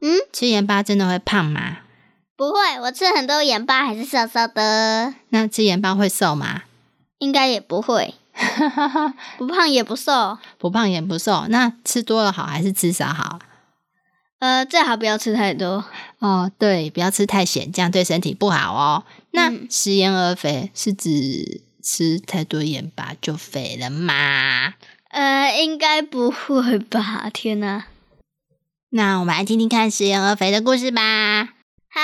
嗯，吃盐巴真的会胖吗？不会，我吃很多盐巴还是瘦瘦的，那吃盐巴会瘦吗？应该也不会，不胖也不瘦。不胖也不瘦，那吃多了好还是吃少好？呃，最好不要吃太多。哦，对，不要吃太咸，这样对身体不好哦。那嗯食盐而肥是指吃太多盐巴就肥了吗？呃，应该不会吧？天哪！那我们来听听看食盐而肥的故事 吧。好，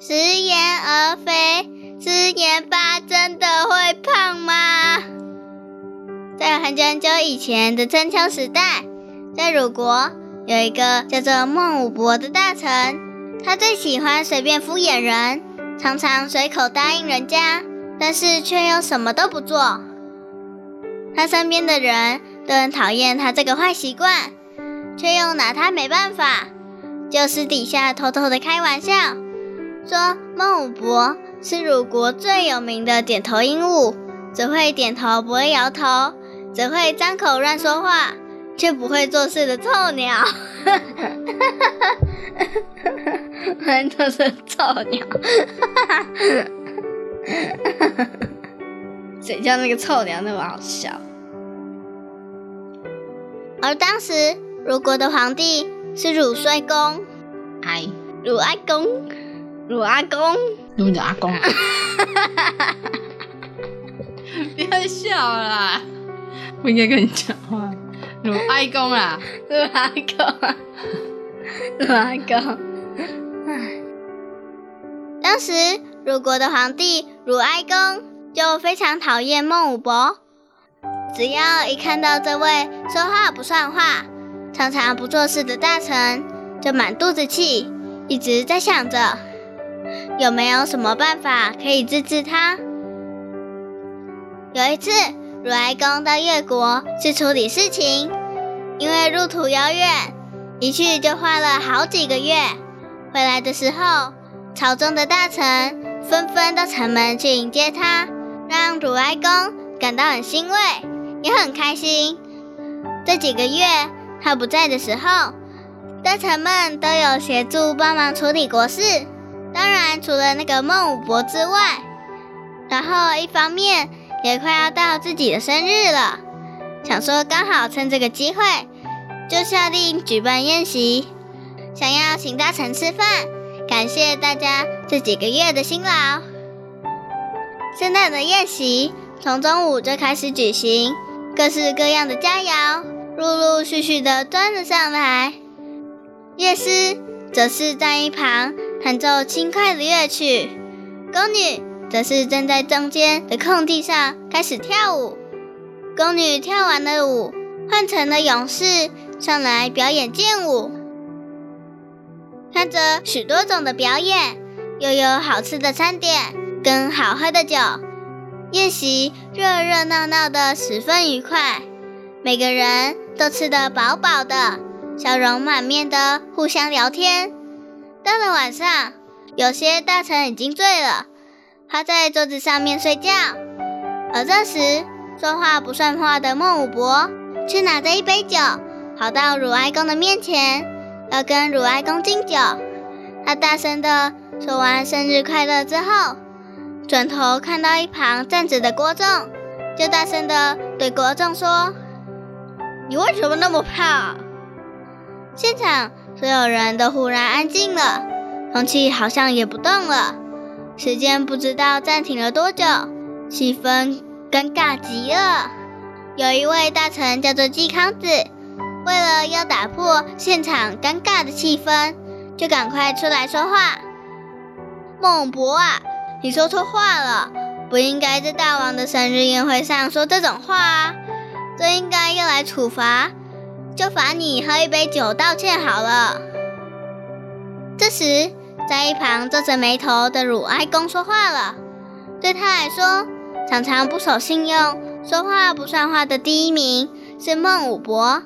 食言而肥，吃盐巴真的会胖吗？在很久很久以前的春秋时代，在鲁国有一个叫做孟武伯的大臣，他最喜欢随便敷衍人，常常随口答应人家，但是却又什么都不做。他身边的人都很讨厌他这个坏习惯，却又拿他没办法，就私底下偷偷的开玩笑，说孟武伯是鲁国最有名的点头鹦鹉，只会点头不会摇头，只会张口乱说话，却不会做事的臭鸟。 都是哎臭鸟，谁叫那个臭鸟那么好笑？而当时鲁国的皇帝是鲁衰公，哎，鲁哀公，鲁阿公。你的阿 公，不要笑啦！不应该跟你讲话，鲁哀公啦。鲁阿公，鲁阿公。当时鲁国的皇帝鲁哀公就非常讨厌孟武伯，只要一看到这位说话不算话、常常不做事的大臣，就满肚子气，一直在想着有没有什么办法可以治治他。有一次，鲁哀公到越国去处理事情，因为路途遥远，一去就花了好几个月。回来的时候，朝中的大臣纷纷到城门去迎接他，让鲁哀公感到很欣慰，也很开心。这几个月他不在的时候，大臣们都有协助帮忙处理国事，当然除了那个孟武伯之外。然后一方面也快要到自己的生日了。想说刚好趁这个机会，就下令举办宴席，想要请大臣吃饭，感谢大家这几个月的辛劳。圣诞的宴席从中午就开始举行，各式各样的佳肴陆陆续续的端了上来。乐师则是在一旁弹奏轻快的乐曲，宫女则是站在中间的空地上开始跳舞。宫女跳完了舞，换成了勇士上来表演剑舞。看着许多种的表演，又有好吃的餐点跟好喝的酒，宴席热热闹闹的，十分愉快。每个人都吃得饱饱的，笑容满面的互相聊天。到了晚上，有些大臣已经醉了，趴在桌子上面睡觉。而这时，说话不算话的孟武伯，却拿着一杯酒跑到鲁哀公的面前，要跟鲁哀公敬酒。他大声的说完生日快乐之后，转头看到一旁站着的郭仲，就大声的对郭仲说：“你为什么那么胖？”现场所有人都忽然安静了，空气好像也不动了。时间不知道暂停了多久，气氛尴尬极了。有一位大臣叫做季康子，为了要打破现场尴尬的气氛，就赶快出来说话。孟博啊，你说错话了，不应该在大王的生日宴会上说这种话啊！这应该要来处罚，就罚你喝一杯酒道歉好了。这时，在一旁皱着眉头的鲁哀公说话了。对他来说，常常不守信用、说话不算话的第一名是孟武伯，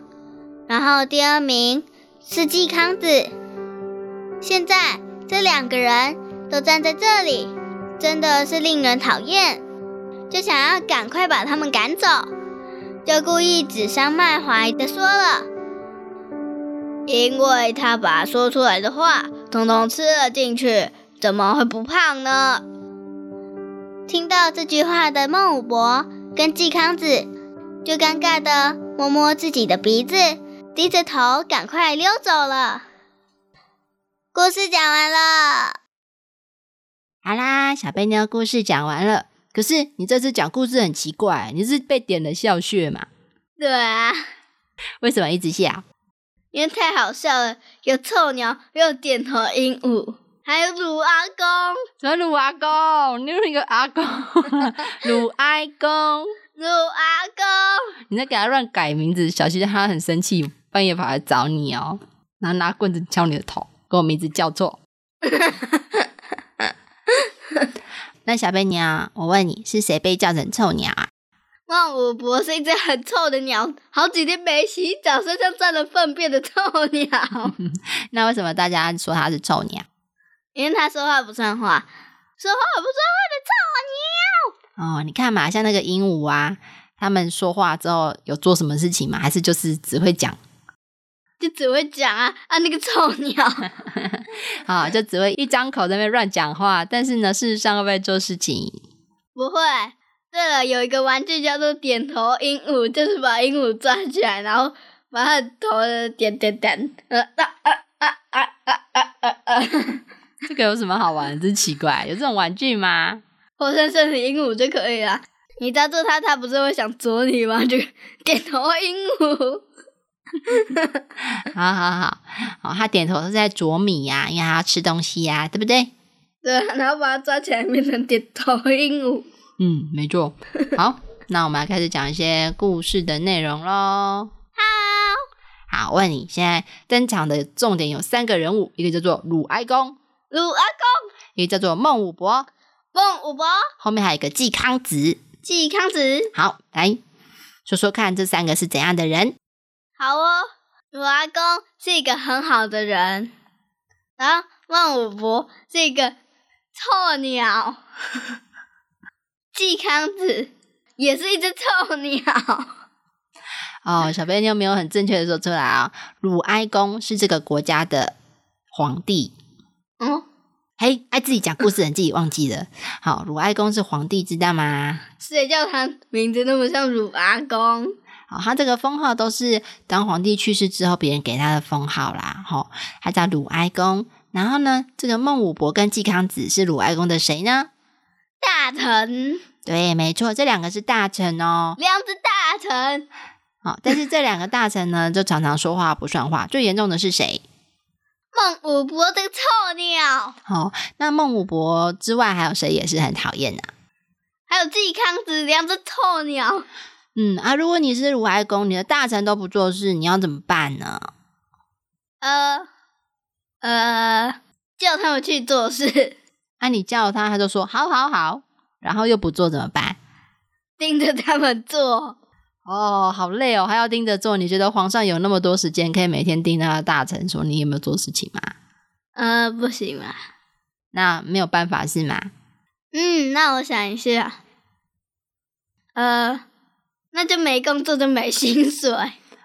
然后第二名是季康子。现在这两个人都站在这里，真的是令人讨厌，就想要赶快把他们赶走，就故意指桑骂槐的说了，因为他把说出来的话统统吃了进去，怎么会不胖呢？听到这句话的孟武伯跟季康子就尴尬的摸摸自己的鼻子，低着头赶快溜走了。故事讲完了，好啦，小贝妞故事讲完了。可是你这次讲故事很奇怪，你是被点了笑穴嘛？对啊，为什么一直笑？因为太好笑了，有臭鸟，有点头鹦鹉，还有鲁阿公、什么鲁阿公？你那个阿 公，鲁哀公，鲁阿公，你在给他乱改名字，小心他很生气，半夜跑来找你哦，然后拿棍子敲你的头，跟我名字叫错。 那小贝鸟，我问你，是谁被叫成臭鸟啊？孟武伯是一只很臭的鸟，好几天没洗澡，身上沾了粪便的臭鸟。 那为什么大家说它是臭鸟？因为他说话不算话，说话不算话的臭哦，你看嘛，像那个鹦鹉啊，他们说话之后有做什么事情吗？还是就是只会讲鸟，就只会讲啊啊那个臭鸟。啊、就只会一张口在那边乱讲话，但是呢，事实上会不会做事情？不会。对了，有一个玩具叫做点头鹦鹉，就是把鹦鹉抓起来，然后把它的头的点点点，呃啊啊啊啊啊啊啊啊！ 这个有什么好玩的？真奇怪，有这种玩具吗？活生生的鹦鹉就可以了。你抓住它，它不是会想啄你吗？就点头鹦鹉。好好好，哦，他点头是在啄米呀、因为他要吃东西呀、对不对？对，然后把它抓起来变成点头鹦鹉。嗯，没错。好，那我们来开始讲一些故事的内容喽。好，我问你，现在登场的重点有三个人物，一个叫做鲁哀公，鲁阿公、一个叫做孟武伯，孟武伯、后面还有一个季康子。季康子。好，来说说看，这三个是怎样的人？好哦，鲁阿公是一个很好的人，啊然后孟武伯是一个臭鸟， 季康子也是一只臭鸟。哦，小贝妞没有很正确的说出来啊、鲁哀公是这个国家的皇帝。嗯，嘿，爱自己讲故事的人自己忘记了。好，鲁哀公是皇帝，知道吗？谁叫他名字那么像鲁阿公？好，他这个封号都是当皇帝去世之后别人给他的封号啦。吼、他叫鲁哀公。然后呢，这个孟武伯跟季康子是鲁哀公的谁呢？大臣，对，没错，这两个是大臣哦。两只大臣，好、但是这两个大臣呢， 就常常说话不算话。最严重的是谁？孟武伯这个臭鸟，好、那孟武伯之外还有谁也是很讨厌的、还有季康子两只臭鸟，嗯啊，如果你是鲁哀公，你的大臣都不做事，你要怎么办呢？呃呃，叫他们去做事，啊，你叫他，他就说好好好，然后又不做怎么办？盯着他们做。哦，好累哦，还要盯着做。你觉得皇上有那么多时间可以每天盯着他的大臣说你有没有做事情吗？呃，不行啦。那没有办法是吗？嗯，那我想一下。呃，那就没工作就没薪水。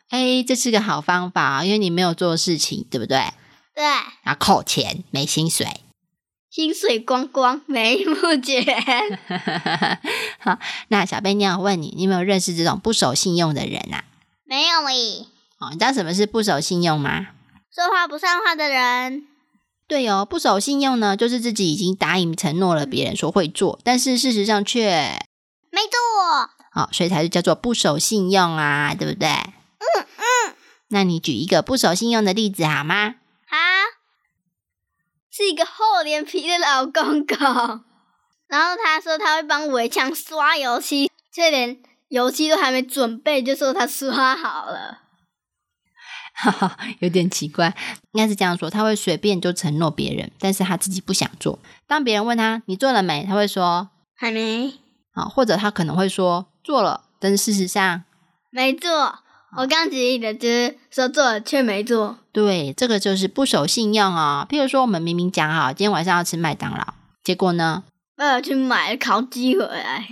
哎，这是个好方法哦，因为你没有做事情，对不对？对，然后扣钱，没薪水。 薪水光光，没不减。好，那小贝妞我问你，你有没有认识这种不守信用的人啊？ 没有诶，哦，你知道什么是不守信用吗？说话不算话的人。对哦，不守信用呢，就是自己已经答应承诺了别人说会做，但是事实上却没错，好、所以才是叫做不守信用啊，对不对？嗯嗯。那你举一个不守信用的例子好吗？ 啊，是一个厚脸皮的老 公公。然后他说他会帮围墙刷油漆，却连油漆都还没准备就说他刷好了。哈哈，有点奇怪，应该是这样说：他会随便就承诺别人，但是他自己不想做。当别人问他你做了没，他会说还没，啊，或者他可能会说做了，但是事实上，没做。我刚举例的就是说做了却没做，对这个就是不守信用哦。譬如说，我们明明讲好今天晚上要吃麦当劳，结果呢，为了去买烤鸡回来，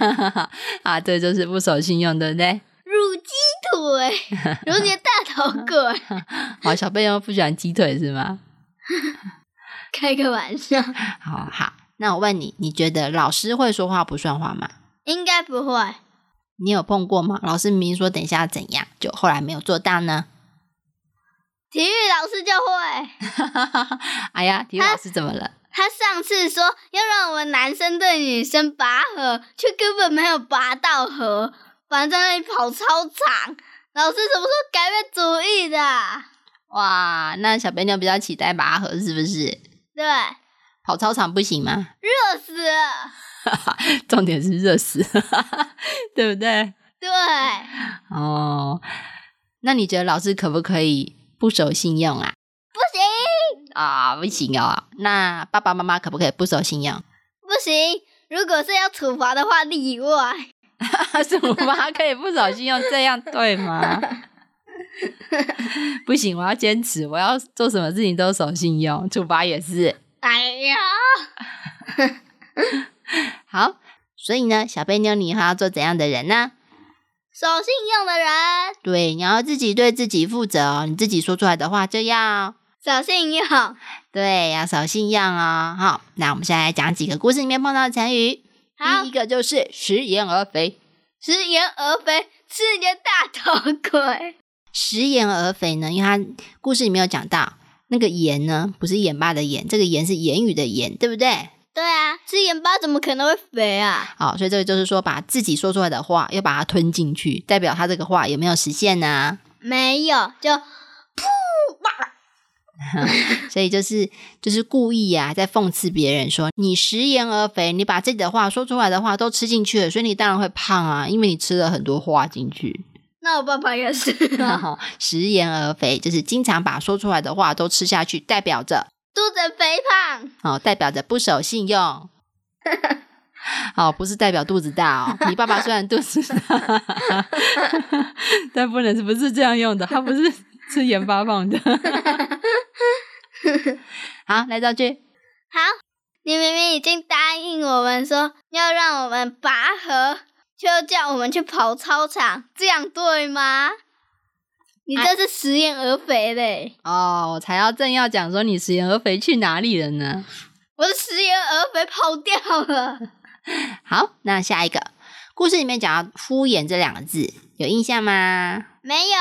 啊，这就是不守信用，对不对？乳鸡腿，如你的大头鬼，好，小朋友不喜欢鸡腿是吗？开个玩笑，好好，那我问你，你觉得老师会说话不算话吗？应该不会。你有碰过吗？老师明明说等一下要怎样，就后来没有做到呢？体育老师就会， 哎呀，体育老师怎么了？他上次说要让我们男生对女生拔河，却根本没有拔到河，反正在那里跑操场。老师什么时候改变主意的啊？ 哇，那小肥牛比较期待拔河是不是？对，跑操场不行吗？热死了。重点是热死， 对不对？对，哦，那你觉得老师可不可以不守信用啊？不行啊、不行哦。那爸爸妈妈可不可以不守信用？不行，如果是要处罚的话，例外。什么啊？可以不守信用，这样对吗？ 不行，我要坚持，我要做什么事情都守信用，处罚也是。哎呀，好，所以呢，小贝妞，你以后要做怎样的人呢？守信用的人，对，你要自己对自己负责哦，你自己说出来的话就要守信用。对，要守信用哦。好，那我们现在来讲几个故事里面碰到的成语。好第一，个就是食言而肥。食言而肥，吃你的大头鬼。食言而肥呢，因为它故事里面有讲到，那个言呢不是眼巴的言，这个言是言语的言，对不对？对啊，吃盐巴怎么可能会肥啊？好，所以这个就是说，把自己说出来的话要把它吞进去，代表他这个话有没有实现啊呢？没有，就所以就是就是故意啊，在讽刺别人说你食言而肥，你把自己的话说出来的话都吃进去了，所以你当然会胖啊，因为你吃了很多话进去。那我爸爸也是、啊， 食言而肥就是经常把说出来的话都吃下去，代表着肚子肥胖。哦，代表着不守信用。哦，不是代表肚子大哦。你爸爸虽然肚子大， 但不能是不是这样用的，他不是吃盐巴棒的。 好，来造句。好，你明明已经答应我们说要让我们拔河，却又叫我们去跑操场，这样对吗？你这是食言而肥嘞！哦，我才要正要讲说你食言而肥去哪里了呢？我是食言而肥跑掉了。好，那下一个故事里面讲到敷衍这两个字，有印象吗？没有，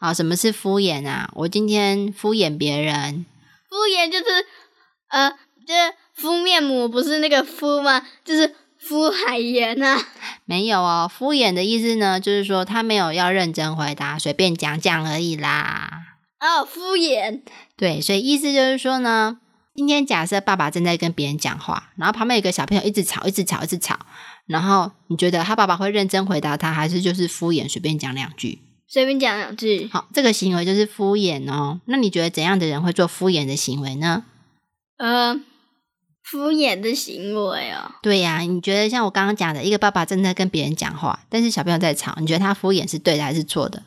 好，什么是敷衍啊？我今天敷衍别人，敷衍就是呃，就是敷面膜，不是那个敷吗？就是敷海盐啊。没有哦。敷衍的意思呢，就是说他没有要认真回答，随便讲讲而已啦。哦，敷衍，对，所以意思就是说呢，今天假设爸爸正在跟别人讲话，然后旁边有个小朋友一直吵，一直吵，一直吵，然后你觉得他爸爸会认真回答他，还是就是敷衍随便讲两句？随便讲两句。好，这个行为就是敷衍哦。那你觉得怎样的人会做敷衍的行为呢？呃，敷衍的行为哦，对呀、你觉得像我刚刚讲的，一个爸爸正在跟别人讲话，但是小朋友在吵，你觉得他敷衍是对的还是错的？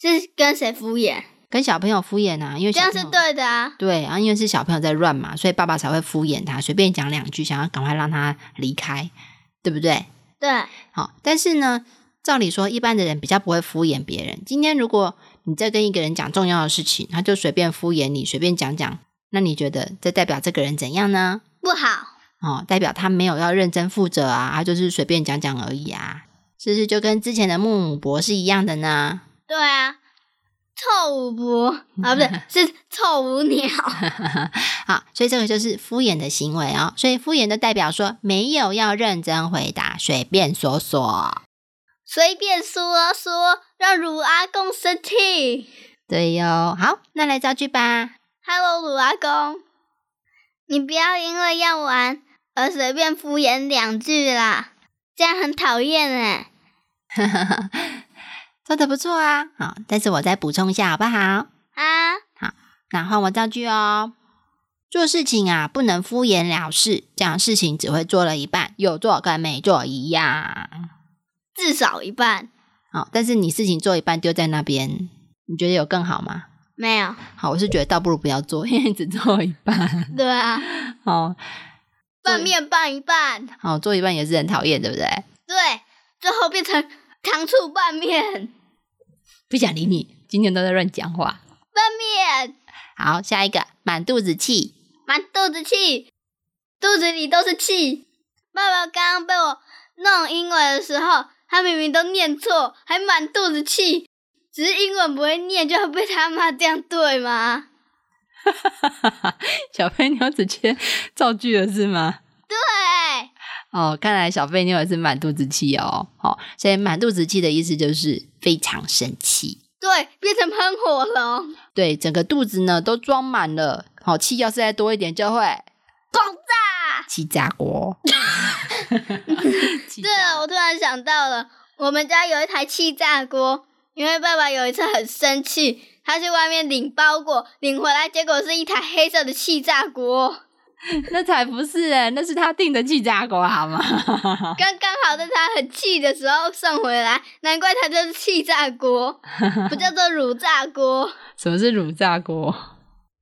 是跟谁敷衍？跟小朋友敷衍啊，因为这小样朋是友对的啊。对，然、后因为是小朋友在乱嘛，所以爸爸才会敷衍他，随便讲两句，想要赶快让他离开，对不对？对，啊好，但是呢，照理说，一般的人比较不会敷衍别人。今天如果你在跟一个人讲重要的事情，他就随便敷衍你，随便讲讲，那你觉得这代表这个人怎样呢？不好。哦，代表他没有要认真负责啊，他就是随便讲讲而已啊，是不是就跟之前的木姆博士一样的呢？对啊，臭五伯啊，不是，是臭五鸟。好，所以这个就是敷衍的行为哦。所以敷衍就代表说没有要认真回答，随便说说。随便说说，让乳阿公生气。对哟、好，那来造句吧。 Hello，鲁阿公，你不要因为要玩而随便敷衍两句啦，这样很讨厌哎。做的不错啊，好，但是我再补充一下好不好？啊，然后我造句哦。做事情啊，不能敷衍了事，这样事情只会做了一半，有做跟没做一样。至少一半好，但是你事情做一半丢在那边，你觉得有更好吗？没有。好，我是觉得倒不如不要做，因为只做一半。 对啊，好，拌面拌一半，好做一半也是很讨厌，对不对？对，最后变成糖醋拌面。不想理你，今天都在乱讲话。拌面好，下一个满肚子气，满肚子气，肚子里都是气。爸爸刚刚被我弄英文的时候，他明明都念错，还满肚子气。只是英文不会念，就要被他骂，这样对吗？ 小飞妞直接造句了是吗？对，哦，看来小飞妞也是满肚子气哦。好、哦，所以满肚子气的意思就是非常生气，对，变成喷火龙，对，整个肚子呢都装满了。好、气要是再多一点就会爆炸。气炸 锅。气对了，我突然想到了，我们家有一台气炸锅，因为爸爸有一次很生气，他去外面领包裹，领回来结果是一台黑色的气炸锅，那才不是哎，那是他订的气炸锅好吗？刚刚好在他很气的时候送回来，难怪它就是气炸锅，不叫做卤炸锅，什么是卤炸锅？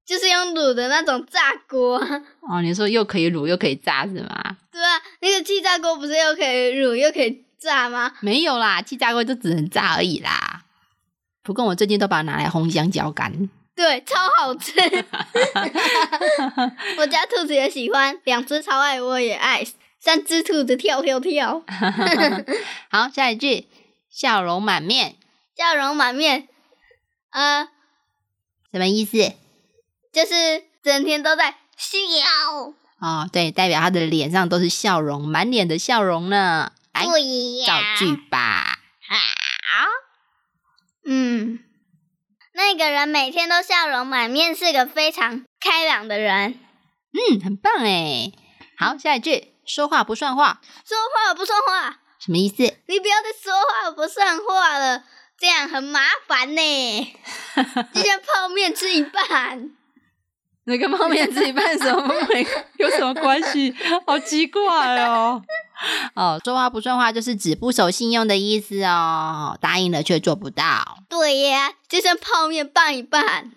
就是用卤的那种炸锅。 哦，你说又可以卤又可以炸是吗？对啊，那个气炸锅不是又可以卤又可以炸吗？ 没有啦，气炸锅就只能炸而已啦。不过我最近都把它拿来烘香蕉 干。对，超好吃。 我家兔子也喜欢，两只超爱，我也爱。三只兔子跳跳跳，好，下一句，笑容满面，笑容满面。呃，什么意思？就是整天都在笑。哦，对，代表他的脸上都是笑容，满脸的笑容呢。来，一造句吧。嗯，那个人每天都笑容满面，是个非常开朗的人。嗯，很棒哎。好，下一句，说话不算话，说话不算话，什么意思？你不要再说话不算话了，这样很麻烦呢。就像泡面吃一半。那跟泡面吃一半什么没 有什么关系？好奇怪哦！哦，说话不算话就是指不守信用的意思哦，答应了却做不到。对呀，就像泡面拌一拌。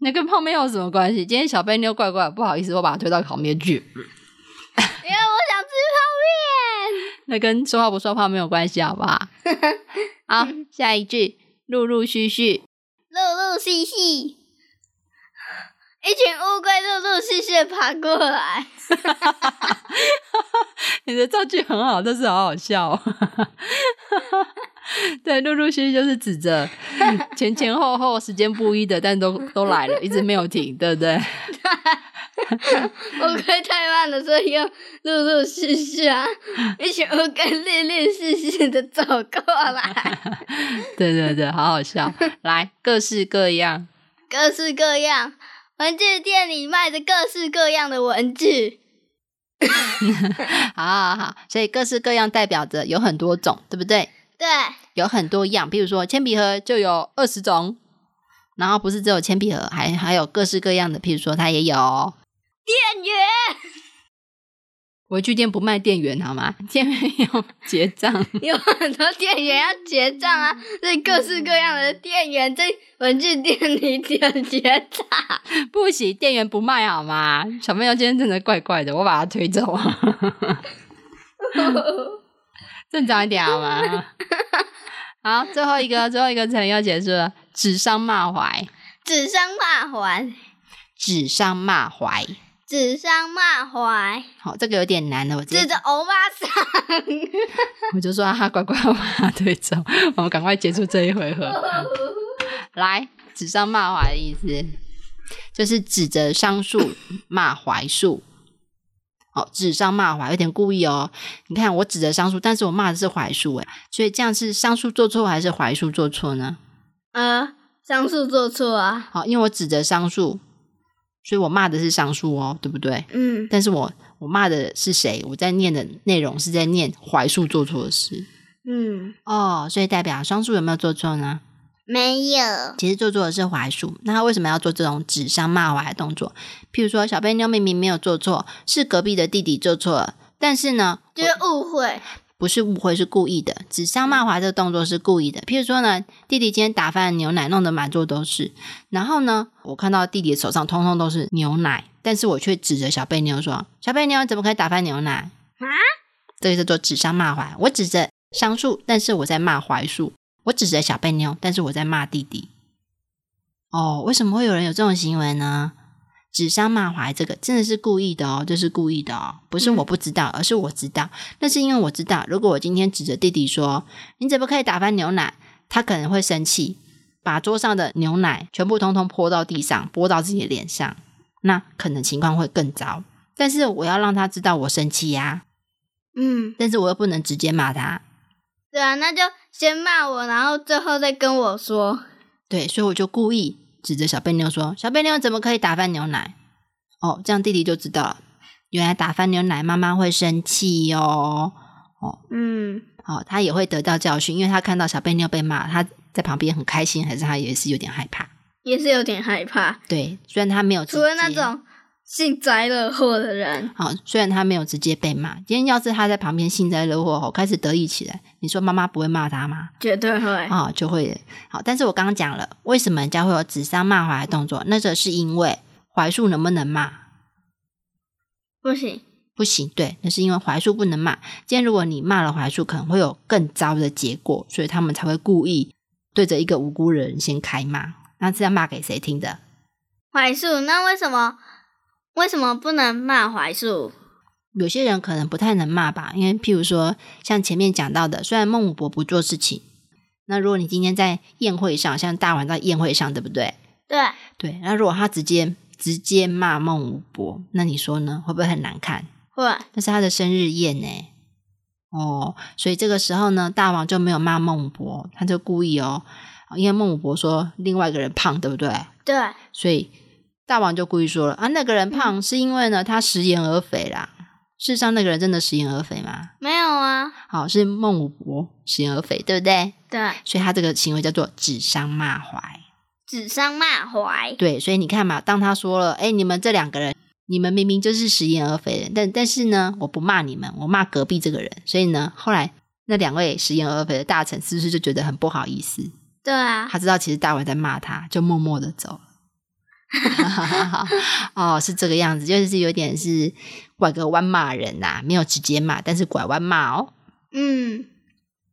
那跟泡面有什么关系？今天小贝妞怪怪，不好意思，我把它推到烤面去。因为我想吃泡面。那跟说话不算话没有关系，好不好？好，下一句，陆陆续续，陆陆续续，一群乌龟陆陆续续地爬过 来。你的造句很好，但是好好笑、哦。 对，陆陆续续就是指着前前后后时间不一的，但都都来了，一直没有停，对不对？乌龟太慢了，所以要陆陆续续 啊，一群乌龟 陆陆续续的走过 来，对对对，好好笑。来，各式各样，各式各样。文具店里卖着各式各样的文具，好好好。所以各式各样代表着有很多种，对不对？对，有很多样，比如说铅笔盒就有二十种，然后不是只有铅笔盒，还还有各式各样的，譬如说它也有店员文具店不卖店员好吗？ 店员要结 账。有很多店员要结账啊，所以各式各样的店员在文具店里 点结账。不行，店员不卖好吗？小朋友今天真的怪怪的，我把他推 走，正常一点好 吗？好，最后一个，最后一个成语要结束了，指桑骂槐，指桑骂槐，指桑骂槐。指桑骂槐，好，这个有点难了，我直指接着欧巴桑。我就说啊，乖乖，我把他推走，我们赶快结束这一回合。 来，指桑骂槐的意思就是指着桑树骂槐树。哦，指桑骂槐有点故意哦。你看，我指着桑树，但是我骂的是槐树，诶，所以这样是桑树做错还是槐树做错呢？呃，桑树做错啊。好，因为我指着桑树，所以我骂的是桑树哦，对不对？嗯，但是我我骂的是谁？我在念的内容是在念槐树做错的事。嗯，哦，所以代表双数有没有做错呢？没有，其实做错的是槐树，那他为什么要做这种指桑骂槐的动作？譬如说，小贝妞明明没有做错，是隔壁的弟弟做错了，但是呢，就是误会。不是误会，是故意的。指桑骂槐这个动作是故意的。譬如说呢，弟弟今天打翻了牛奶，弄得满桌都是。然后呢，我看到弟弟的手上通通都是牛奶，但是我却指着小贝妞说：“小贝妞，怎么可以打翻牛奶？”啊，这个叫做指桑骂槐。我指着桑树，但是我在骂槐树；我指着小贝妞，但是我在骂弟弟。哦，为什么会有人有这种行为呢？指桑骂槐这个真的是故意的哦，这是故意的哦，不是我不知道，而是我知道。那是因为我知道，如果我今天指着弟弟说“你怎么可以打翻牛奶”，他可能会生气，把桌上的牛奶全部通通泼到地上，泼到自己的脸上，那可能情况会更糟。但是我要让他知道我生气呀、嗯，但是我又不能直接骂他，对啊，那就先骂我，然后最后再跟我说。对，所以我就故意指着小贝妞说：“小贝妞怎么可以打翻牛奶？”哦，这样弟弟就知道了，原来打翻牛奶妈妈会生气哦。嗯，哦，他也会得到教训，因为他看到小贝妞被骂，他在旁边很开心，还是他也是有点害怕。也是有点害怕，对，虽然他没有直接，除了那种幸灾乐祸的人，好、虽然他没有直接被骂，今天要是他在旁边幸灾乐祸吼，开始得意起来，你说妈妈不会骂他吗？绝对会。啊、就会好。但是我刚刚讲了，为什么人家会有指桑骂槐的动作？那个是因为槐树能不能骂？不行，不行，对，那是因为槐树不能骂。今天如果你骂了槐树，可能会有更糟的结果，所以他们才会故意对着一个无辜的人先开骂。那是要骂给谁听的？槐树，那为什么为什么不能骂槐树？有些人可能不太能骂吧，因为譬如说像前面讲到的，虽然孟武伯不做事情，那如果你今天在宴会上，像大碗在宴会上，对不对？对，对，那如果他直接直接骂孟武伯，那你说呢？会不会很难看？会，那是他的生日宴呢。哦，所以这个时候呢，大王就没有骂孟武伯，他就故意哦，因为孟武伯说另外一个人胖，对不对？对，所以大王就故意说了啊，那个人胖是因为呢他食言而肥啦。事实上，那个人真的食言而肥吗？没有啊，好，是孟武伯食言而肥，对不对？对，所以他这个行为叫做指桑骂槐。指桑骂槐。对，所以你看嘛，当他说了，哎，你们这两个人，你们明明就是食言而肥的，但但是呢，我不骂你们，我骂隔壁这个人。所以呢，后来那两位食言而肥的大臣是不是就觉得很不好意思？对啊，他知道其实大王在骂他，就默默的走了。 哦，是这个样子，就是有点是拐个弯骂人呐、没有直接骂，但是拐弯骂哦。嗯，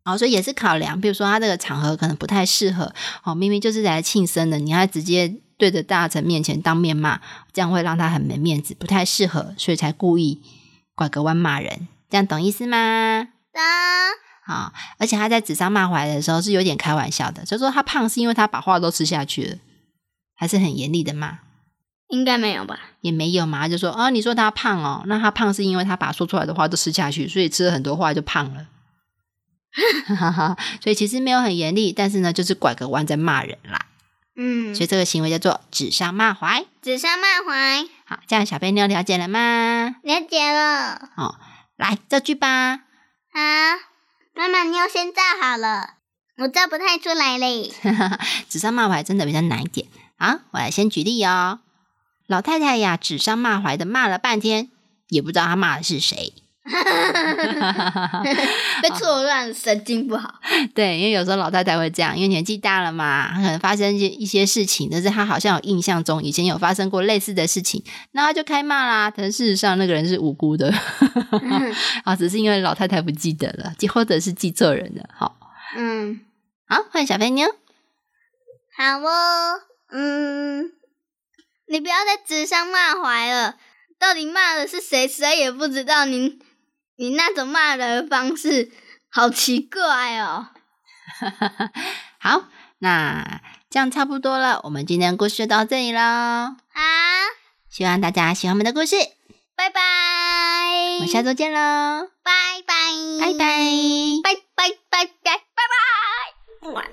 哦，所以也是考量，比如说他这个场合可能不太适合哦，明明就是来庆生的，你还直接对着大臣面前当面骂，这样会让他很没面子，不太适合，所以才故意拐个弯骂人，这样懂意思吗？当啊、而且他在指桑骂槐的时候是有点开玩笑的，就说他胖是因为他把话都吃下去了，还是很严厉的骂，应该没有吧？也没有嘛，他就说哦，你说他胖哦，那他胖是因为他把说出来的话都吃下去，所以吃了很多话就胖了。 所以其实没有很严厉，但是呢，就是拐个弯在骂人啦。嗯，所以这个行为叫做指桑骂槐。指桑骂槐，好，这样小贝妞了解了吗？了解了。来这句吧。好，妈妈，你又先照好了，我照不太出来 嘞。指桑骂槐真的比较难一点啊！我来先举例哦。老太太呀，指桑骂槐的骂了半天，也不知道她骂的是谁。被错乱，神经不好。对，因为有时候老太太会这样，因为年纪大了嘛，她可能发生一些一些事情，但是她好像有印象中以前有发生过类似的事情，那她就开骂啦。但事实上那个人是无辜的， 嗯啊，只是因为老太太不记得了，记或者是记错人了。好，嗯，好，换小肥妞。好哦。嗯，你不要再指桑骂槐了。到底骂的是谁，谁也不知道你。你那种骂人的方式，好奇怪哦。好，那这样差不多了，我们今天的故事就到这里喽。好，希望大家喜欢我们的故事，拜拜。我们下周见喽，拜拜，拜拜。拜拜拜拜拜拜。